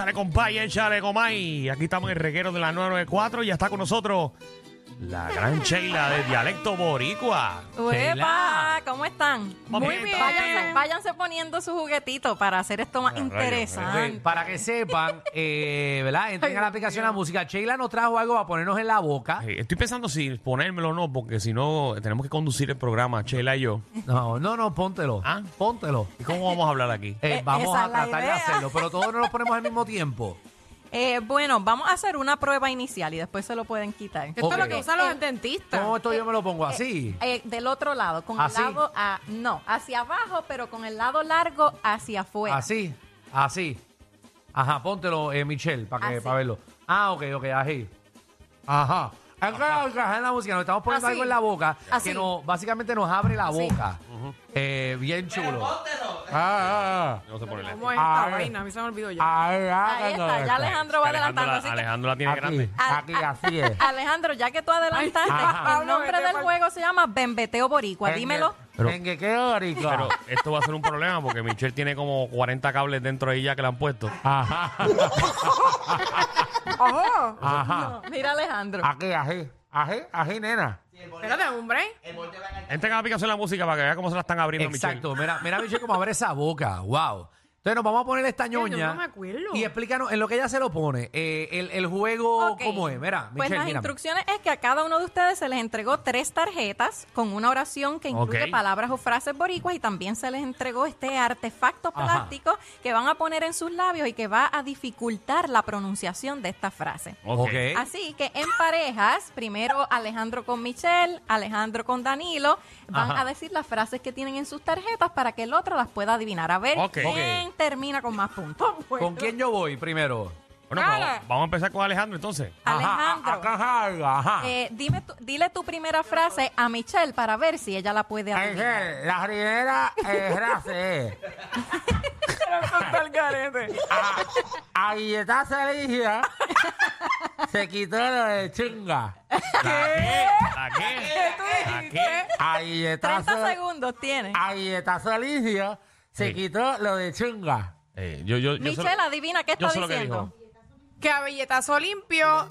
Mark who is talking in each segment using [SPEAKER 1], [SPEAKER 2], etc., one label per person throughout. [SPEAKER 1] Échale compay, échale comay. Aquí estamos en el reguero de la 994 y ya está con nosotros la gran Sheila de Dialecto Boricua.
[SPEAKER 2] ¡Uepa! ¿Cómo están?
[SPEAKER 1] Muy bien.
[SPEAKER 2] Váyanse, váyanse poniendo su juguetito para hacer esto
[SPEAKER 3] Ah,
[SPEAKER 2] más
[SPEAKER 1] rayos,
[SPEAKER 2] interesante.
[SPEAKER 3] Para que sepan, eh, ¿verdad? Entren a la aplicación La Música. Sheila nos trajo algo para ponernos en la boca.
[SPEAKER 1] Sí, Eh, Estoy pensando si ponérmelo o no, porque si no tenemos que conducir el programa, Sheila y yo.
[SPEAKER 3] No, no, no, póntelo.
[SPEAKER 1] Ah.
[SPEAKER 3] Póntelo.
[SPEAKER 1] ¿Y cómo vamos a hablar aquí?
[SPEAKER 3] Eh,
[SPEAKER 2] Eh,
[SPEAKER 3] vamos
[SPEAKER 2] esa
[SPEAKER 3] a
[SPEAKER 2] es la
[SPEAKER 3] tratar de
[SPEAKER 2] idea.
[SPEAKER 3] hacerlo, pero todos no los ponemos al mismo tiempo.
[SPEAKER 2] Eh, bueno, vamos a hacer una prueba inicial y después se lo pueden quitar.
[SPEAKER 4] Esto es
[SPEAKER 3] Ok.
[SPEAKER 4] lo que usan los dentistas.
[SPEAKER 3] ¿Cómo esto yo me lo pongo así?
[SPEAKER 2] Eh, del otro lado, con
[SPEAKER 3] ¿Así?
[SPEAKER 2] el lado a, no, hacia abajo, pero con el lado largo hacia afuera.
[SPEAKER 3] Así, así. Ajá, póntelo, eh, Michelle, para que
[SPEAKER 2] Así.
[SPEAKER 3] para verlo. Ah, ok, ok, así. Ajá. Es que la- que en la música nos estamos poniendo
[SPEAKER 4] Así.
[SPEAKER 3] algo en la boca
[SPEAKER 2] Así.
[SPEAKER 3] que nos, básicamente nos abre la boca. Eh, bien chulo. Ah, ah,
[SPEAKER 1] No sé ponerle.
[SPEAKER 4] ¿Cómo es esta
[SPEAKER 3] Ay.
[SPEAKER 4] vaina? A mí se me olvidó ya.
[SPEAKER 3] ah. Ah,
[SPEAKER 2] Ahí está, ya Alejandro
[SPEAKER 1] Alejandro
[SPEAKER 2] va adelantando.
[SPEAKER 1] la,
[SPEAKER 2] así que-
[SPEAKER 1] Alejandro la tiene grande.
[SPEAKER 3] Aquí, Ah. aquí, así es.
[SPEAKER 2] Alejandro, ya que tú adelantaste,
[SPEAKER 3] Ay, ajá.
[SPEAKER 2] el nombre
[SPEAKER 4] Pablo,
[SPEAKER 2] del
[SPEAKER 4] vete,
[SPEAKER 2] juego se llama Bembeteo
[SPEAKER 3] Pues
[SPEAKER 2] Boricua. Dímelo.
[SPEAKER 1] Pero-
[SPEAKER 3] Venga, qué rico.
[SPEAKER 1] Pero esto va a ser un problema porque Michelle tiene como 40 cables dentro de ella que le han puesto.
[SPEAKER 3] Ajá,
[SPEAKER 4] ¡Ojo!
[SPEAKER 3] ajá.
[SPEAKER 2] Mira, Alejandro.
[SPEAKER 3] Aquí, así. Así, así, nena.
[SPEAKER 4] Espérate, hombre.
[SPEAKER 1] Entren a la aplicación de la música para que vean cómo se la están abriendo,
[SPEAKER 3] Exacto, mira, mira, Michelle, cómo abre esa boca. Wow. Entonces nos vamos a poner esta
[SPEAKER 4] yo
[SPEAKER 3] ñoña.
[SPEAKER 4] no me acuerdo.
[SPEAKER 3] Y explícanos, en lo que ella se lo pone, eh, el, el juego,
[SPEAKER 2] Ok.
[SPEAKER 3] ¿cómo es? Mira,
[SPEAKER 2] Pues
[SPEAKER 3] Michelle,
[SPEAKER 2] las
[SPEAKER 3] mírame.
[SPEAKER 2] instrucciones es que a cada uno de ustedes se les entregó tres tarjetas con una oración que incluye
[SPEAKER 1] Ok.
[SPEAKER 2] palabras o frases boricuas y también se les entregó este artefacto
[SPEAKER 3] Ajá.
[SPEAKER 2] plástico que van a poner en sus labios y que va a dificultar la pronunciación de esta frase.
[SPEAKER 1] Michelle. Ok.
[SPEAKER 3] Ok.
[SPEAKER 2] Así que en parejas, primero Alejandro con Michelle, Alejandro con Danilo, van
[SPEAKER 3] Ajá.
[SPEAKER 2] a decir las frases que tienen en sus tarjetas para que el otro las pueda adivinar. A ver
[SPEAKER 1] Ok.
[SPEAKER 2] quién termina con más puntos.
[SPEAKER 3] ¿Con quién yo voy primero?
[SPEAKER 1] Bueno, pues vamos- vamos a empezar con Alejandro entonces.
[SPEAKER 2] Alejandro.
[SPEAKER 3] Ajá, ajá, ajá,
[SPEAKER 1] Ah.
[SPEAKER 3] ajá.
[SPEAKER 2] Eh, dime tu- dile tu primera frase a Michelle para ver si ella la
[SPEAKER 1] Eh,
[SPEAKER 2] puede adivinar.
[SPEAKER 3] Ángel, la primera eh, frase es a, a dieta se eligia, se quitó lo de chinga.
[SPEAKER 1] ¿La qué? ¿La qué? ¿La qué?
[SPEAKER 3] A
[SPEAKER 1] eh,
[SPEAKER 3] dieta
[SPEAKER 2] 30
[SPEAKER 3] se,
[SPEAKER 2] segundos tiene.
[SPEAKER 1] Ah,
[SPEAKER 3] a dieta se eligia, se
[SPEAKER 1] Sí.
[SPEAKER 3] quitó lo de chinga.
[SPEAKER 1] Eh, yo, yo, yo
[SPEAKER 2] Michelle,
[SPEAKER 1] solo-
[SPEAKER 2] adivina qué
[SPEAKER 1] yo
[SPEAKER 2] está
[SPEAKER 1] sé lo que
[SPEAKER 2] diciendo.
[SPEAKER 4] Que a billetazo limpio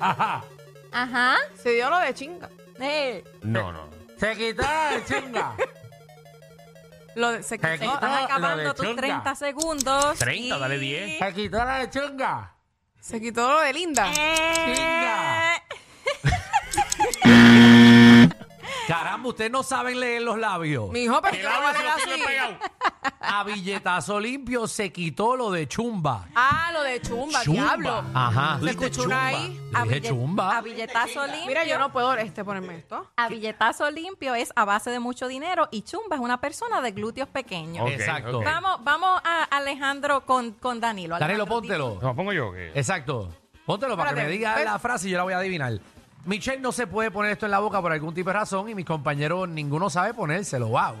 [SPEAKER 3] Ajá,
[SPEAKER 2] Ajá.
[SPEAKER 4] se dio lo de chinga.
[SPEAKER 2] Eh,
[SPEAKER 1] No, no.
[SPEAKER 3] se quitó lo de chinga.
[SPEAKER 4] Lo de,
[SPEAKER 3] Se
[SPEAKER 4] se
[SPEAKER 2] se
[SPEAKER 1] Oh,
[SPEAKER 3] quitó
[SPEAKER 4] quitó,
[SPEAKER 3] lo
[SPEAKER 2] están
[SPEAKER 3] de
[SPEAKER 2] acabando tus
[SPEAKER 3] chunga.
[SPEAKER 2] 30 segundos.
[SPEAKER 1] 30,
[SPEAKER 2] y-
[SPEAKER 1] dale 10.
[SPEAKER 3] Se quitó lo de chinga.
[SPEAKER 4] se quitó lo de linda.
[SPEAKER 3] Chinga. Caramba, ustedes no saben leer los labios.
[SPEAKER 4] Mi hijo, pero
[SPEAKER 1] El
[SPEAKER 4] yo no voy a
[SPEAKER 1] agua se
[SPEAKER 4] leer
[SPEAKER 1] lo tiene
[SPEAKER 4] así.
[SPEAKER 1] pegado.
[SPEAKER 3] A billetazo limpio se quitó lo de chumba.
[SPEAKER 4] Ah, lo de chumba, diablo.
[SPEAKER 3] Ajá.
[SPEAKER 4] Se escuchó una ahí.
[SPEAKER 3] Yo dije
[SPEAKER 2] billet- a
[SPEAKER 3] chumba.
[SPEAKER 2] billetazo limpio.
[SPEAKER 4] Mira, yo no puedo este, ponerme esto.
[SPEAKER 2] A billetazo limpio es a base de mucho dinero y chumba es una persona de glúteos pequeños.
[SPEAKER 1] Ok,
[SPEAKER 3] Exacto.
[SPEAKER 1] ok.
[SPEAKER 2] Vamos, vamos a Alejandro con, con Danilo.
[SPEAKER 3] Danilo,
[SPEAKER 2] Alejandro,
[SPEAKER 3] póntelo.
[SPEAKER 1] ¿Lo pongo yo? que
[SPEAKER 3] Exacto. Póntelo para que me
[SPEAKER 4] Espérate,
[SPEAKER 3] diga
[SPEAKER 4] pues-
[SPEAKER 3] la frase y yo la voy a adivinar. Michelle no se puede poner esto en la boca por algún tipo de razón y mis compañeros ninguno sabe ponérselo. Wow.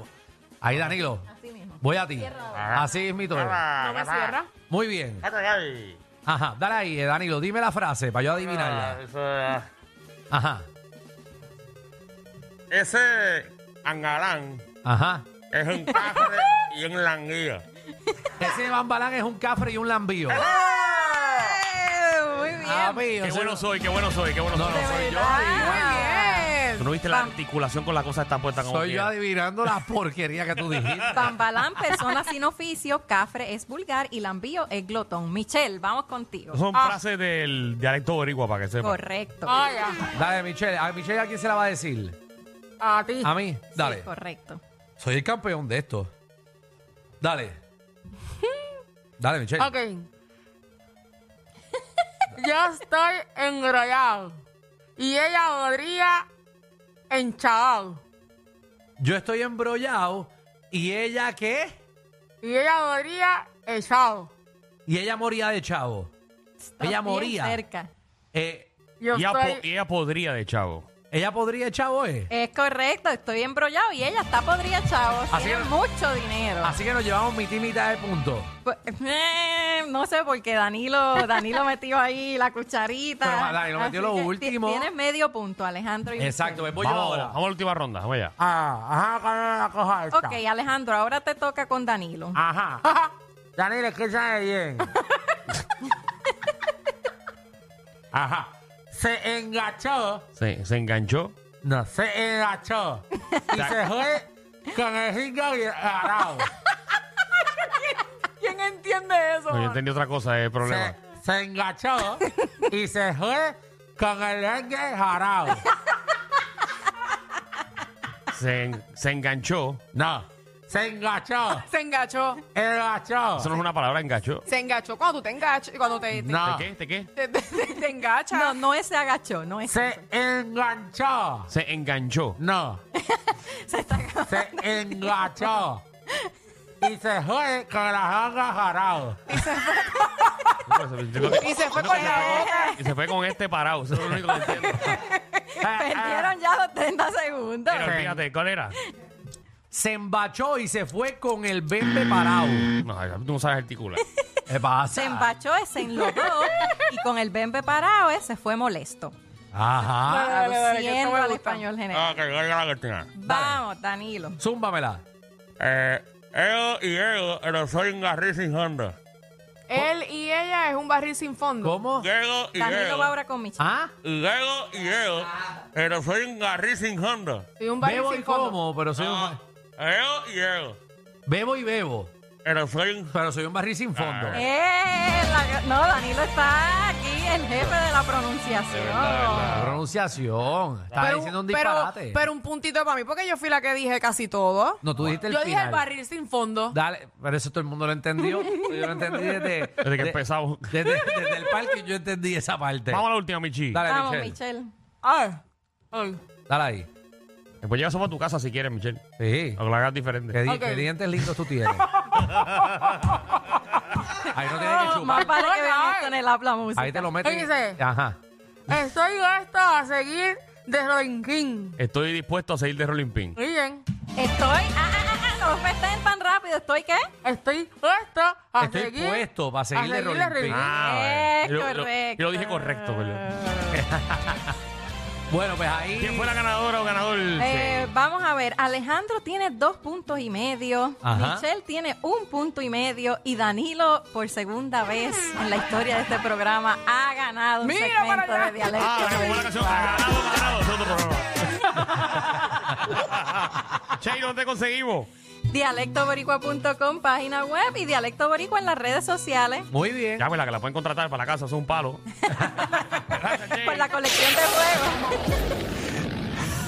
[SPEAKER 3] Ahí, Danilo.
[SPEAKER 2] Así mismo.
[SPEAKER 3] Voy a ti.
[SPEAKER 1] boca.
[SPEAKER 3] Así es mi
[SPEAKER 1] Ah,
[SPEAKER 4] No me cierra.
[SPEAKER 3] Muy bien. Ajá. Dale ahí, eh, Danilo. Dime la frase para yo adivinarla. Ajá.
[SPEAKER 5] Ese angarán
[SPEAKER 3] Ajá.
[SPEAKER 5] es un cafre y un languía.
[SPEAKER 3] Ese bambalán es un cafre y un lambío.
[SPEAKER 2] Eh, Muy bien.
[SPEAKER 3] Papi, o
[SPEAKER 1] Qué
[SPEAKER 3] sea,
[SPEAKER 1] bueno soy, qué bueno soy, qué bueno
[SPEAKER 3] No,
[SPEAKER 1] soy.
[SPEAKER 3] no, soy yo.
[SPEAKER 4] Ah, Muy
[SPEAKER 1] ¿Tú
[SPEAKER 4] bien.
[SPEAKER 1] no viste la articulación con la cosa está puesta como
[SPEAKER 3] Soy yo
[SPEAKER 1] quiera?
[SPEAKER 3] adivinando la porquería que tú dijiste.
[SPEAKER 2] Bambalán, persona sin oficio, cafre es vulgar y lambío es glotón. Michelle, vamos contigo.
[SPEAKER 1] Son frases del dialecto boricua para que sepa.
[SPEAKER 2] Correcto.
[SPEAKER 6] Ah,
[SPEAKER 4] Ay, ajá.
[SPEAKER 3] Dale, Michelle. ¿A Michelle a quién se la va a decir?
[SPEAKER 4] A ti.
[SPEAKER 3] A mí.
[SPEAKER 2] Sí,
[SPEAKER 3] Dale.
[SPEAKER 2] correcto.
[SPEAKER 3] Soy el campeón de esto. Dale. Dale, Michelle.
[SPEAKER 4] Ok. Yo estoy enrollado y ella podría enchavado
[SPEAKER 3] Yo estoy embrollado. ¿Y ella qué?
[SPEAKER 4] y ella podría echado.
[SPEAKER 3] Y ella moría de chavo.
[SPEAKER 2] Está
[SPEAKER 3] Ella
[SPEAKER 2] bien
[SPEAKER 3] moría.
[SPEAKER 2] cerca.
[SPEAKER 3] Eh,
[SPEAKER 4] Yo
[SPEAKER 1] Ella, po-
[SPEAKER 4] estoy
[SPEAKER 1] ella podría de chavo.
[SPEAKER 3] ¿Ella podría de chavo, eh?
[SPEAKER 2] Es correcto, estoy embrollado y ella está podría, chavos.
[SPEAKER 3] Así
[SPEAKER 2] Tiene
[SPEAKER 3] es.
[SPEAKER 2] mucho dinero.
[SPEAKER 3] Así que nos llevamos mitad y mitad de punto.
[SPEAKER 2] Pues, eh, no sé por qué Danilo, Danilo metió ahí la cucharita.
[SPEAKER 3] Pero Danilo metió
[SPEAKER 2] Así
[SPEAKER 3] lo
[SPEAKER 2] que ti-
[SPEAKER 3] último.
[SPEAKER 2] Tienes medio punto, Alejandro. y
[SPEAKER 3] Exacto, pues voy yo
[SPEAKER 1] Vamos,
[SPEAKER 3] ahora.
[SPEAKER 1] vamos a la última ronda, vamos allá.
[SPEAKER 3] Ah, ajá, la coja
[SPEAKER 2] Michelle.
[SPEAKER 3] Ah.
[SPEAKER 2] Ok, Alejandro, ahora te toca con Danilo.
[SPEAKER 3] Ajá. Daniel, escúchame bien.
[SPEAKER 5] Ajá.
[SPEAKER 4] Se enganchó.
[SPEAKER 1] Se, se enganchó.
[SPEAKER 3] No.
[SPEAKER 4] Se enganchó. Y se e fue con el hígado y arao.
[SPEAKER 2] ¿Quién entiende eso?
[SPEAKER 1] No, yo entendí otra cosa, el problema.
[SPEAKER 4] Se, se enganchó y se e fue con el hígado jarao.
[SPEAKER 1] Se, en- se enganchó.
[SPEAKER 4] No. Se enganchó.
[SPEAKER 6] Se engachó.
[SPEAKER 4] Enganchó.
[SPEAKER 1] Eso no es una palabra, enganchó.
[SPEAKER 6] Se engachó. Cuando tú te engachas, cuando te, te,
[SPEAKER 1] ¿De
[SPEAKER 4] No.
[SPEAKER 1] qué? ¿De qué?
[SPEAKER 6] te, te- te engachas.
[SPEAKER 2] No, no es se agachó, no es.
[SPEAKER 4] Se enganchó.
[SPEAKER 1] Se enganchó.
[SPEAKER 4] No.
[SPEAKER 2] Se está
[SPEAKER 4] se enganchó y se fue con la janga jarao.
[SPEAKER 6] Y se fue con la boca.
[SPEAKER 1] Y se fue con este parado. Eso es lo único que entiendo.
[SPEAKER 2] Perdieron ya los 30 segundos.
[SPEAKER 1] Pero fíjate, ¿cuál era?
[SPEAKER 3] Se embachó y se fue con el bembe parado.
[SPEAKER 1] No, tú no sabes articular.
[SPEAKER 3] ¿Qué pasa?
[SPEAKER 2] Se empachó, se enlodó y con el bembe parado eh, se fue molesto.
[SPEAKER 3] Ajá.
[SPEAKER 6] Dale, dale, dale, que
[SPEAKER 2] Aluciendo
[SPEAKER 6] esto me
[SPEAKER 2] al
[SPEAKER 6] gusta.
[SPEAKER 2] español
[SPEAKER 1] Ah,
[SPEAKER 2] general.
[SPEAKER 5] Ok, Ah, yo digo la cuestión.
[SPEAKER 2] Vamos, Danilo.
[SPEAKER 3] Zúmbamela.
[SPEAKER 5] Eh, él y él, pero soy un garrí sin honda.
[SPEAKER 6] Él y ella es un barril sin fondo.
[SPEAKER 3] ¿Cómo?
[SPEAKER 5] Diego y
[SPEAKER 2] Danilo
[SPEAKER 5] él.
[SPEAKER 2] va ahora con Michelle.
[SPEAKER 3] ¿Ah?
[SPEAKER 5] Diego y él, pero soy un garrí sin honda.
[SPEAKER 6] Soy un barril
[SPEAKER 3] Bebo y
[SPEAKER 6] sin fondo.
[SPEAKER 3] como, pero soy un...
[SPEAKER 5] Él y él,
[SPEAKER 3] Bebo y bebo,
[SPEAKER 5] pero soy un...
[SPEAKER 3] pero soy un barril sin fondo.
[SPEAKER 5] Ah.
[SPEAKER 2] ¡Eh! la- no, Danilo está aquí, el jefe de la pronunciación.
[SPEAKER 3] Pronunciación. Estaba
[SPEAKER 6] Pero,
[SPEAKER 3] diciendo un
[SPEAKER 6] pero,
[SPEAKER 3] disparate.
[SPEAKER 6] pero un puntito para mí, porque yo fui la que dije casi todo.
[SPEAKER 3] no, tú dijiste el
[SPEAKER 6] yo dije
[SPEAKER 3] final.
[SPEAKER 6] el barril sin fondo.
[SPEAKER 3] Dale, pero eso todo el mundo lo entendió. Yo lo entendí desde...
[SPEAKER 1] Desde que
[SPEAKER 3] de-
[SPEAKER 1] empezamos.
[SPEAKER 3] Desde, desde el parque yo entendí esa parte.
[SPEAKER 1] Vamos a la última, Michi.
[SPEAKER 3] Dale,
[SPEAKER 2] Vamos,
[SPEAKER 3] Michelle.
[SPEAKER 2] Michelle.
[SPEAKER 6] Ay, ay.
[SPEAKER 3] Dale ahí.
[SPEAKER 1] Después llegas a tu casa si quieres, Michelle.
[SPEAKER 3] Sí.
[SPEAKER 1] O que la hagas
[SPEAKER 3] ¿Qué,
[SPEAKER 1] diferente.
[SPEAKER 3] di-
[SPEAKER 6] Ok.
[SPEAKER 3] qué dientes lindos tú tienes? ahí no tienes que
[SPEAKER 2] Más
[SPEAKER 3] chupar.
[SPEAKER 2] vale que vean esto en el habla
[SPEAKER 3] Ahí
[SPEAKER 2] música.
[SPEAKER 3] te lo metes. y-
[SPEAKER 4] Dice.
[SPEAKER 3] Ajá.
[SPEAKER 4] Estoy gasta a seguir de Rodinquín.
[SPEAKER 1] Estoy dispuesto a seguir de Rolling Pin.
[SPEAKER 4] Miren,
[SPEAKER 2] Estoy. Ah, ah, ah, ah, no me estén tan rápido. ¿Estoy qué?
[SPEAKER 4] estoy puesto a
[SPEAKER 3] Estoy
[SPEAKER 4] seguir.
[SPEAKER 3] puesto para seguir
[SPEAKER 4] a
[SPEAKER 3] de
[SPEAKER 4] seguir
[SPEAKER 3] Rolling
[SPEAKER 4] Rolling
[SPEAKER 3] Pin.
[SPEAKER 4] Pin.
[SPEAKER 1] Ah, vale. Yo-
[SPEAKER 2] es
[SPEAKER 1] yo-
[SPEAKER 2] correcto.
[SPEAKER 1] Yo lo dije correcto, ¿verdad?
[SPEAKER 3] Bueno, pues ahí.
[SPEAKER 1] ¿Quién fue la ganadora o ganador?
[SPEAKER 2] Eh, Vamos a ver, Alejandro tiene dos puntos y medio,
[SPEAKER 3] Ajá.
[SPEAKER 2] Michelle tiene un punto y medio y Danilo, por segunda vez en la historia de este programa, ha ganado un
[SPEAKER 6] Mira para
[SPEAKER 2] segmento
[SPEAKER 6] allá.
[SPEAKER 2] de dialecto.
[SPEAKER 1] Ah, dale, como la canción. Ganado, ganado. Es otro programa. Che, ¿dónde conseguimos?
[SPEAKER 2] Dialectoboricua.com, página web y Dialecto Boricua en las redes sociales.
[SPEAKER 3] Muy bien.
[SPEAKER 1] Llámela, que pues, la pueden contratar para la casa, es un palo. Gracias, Che.
[SPEAKER 2] Por la colección de juegos.